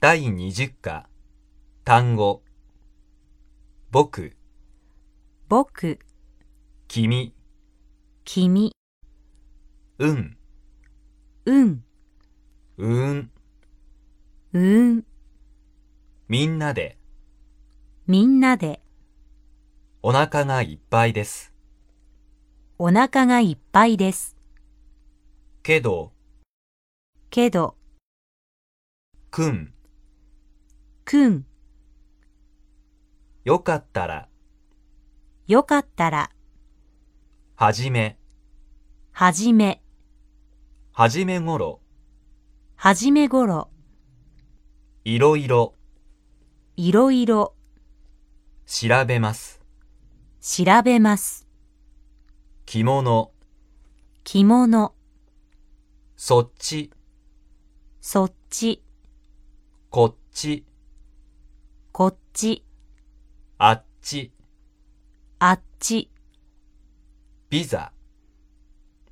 第20課、単語。僕、僕、君、君、うん、うん、うーん、うーん、みんなで、みんなで、お腹がいっぱいです。お腹がいっぱいです。けど、けど、くん、くん、よかったら、よかったら、はじめ、はじめ、はじめごろ、はじめごろ、いろいろ、いろいろ、調べます。調べます。着物、着物、そっち、そっち、こっち、こっち、あっち、あっち、ビザ、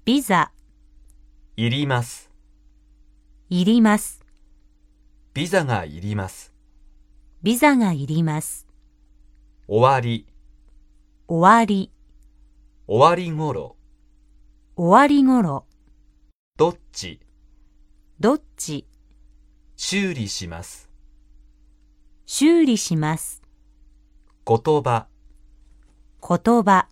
ビザ、いります。いります。ビザがいります。ビザがいります。終わり、終わり、終わりごろ、終わりごろ、どっち、どっち、修理します。修理します。言葉、言葉、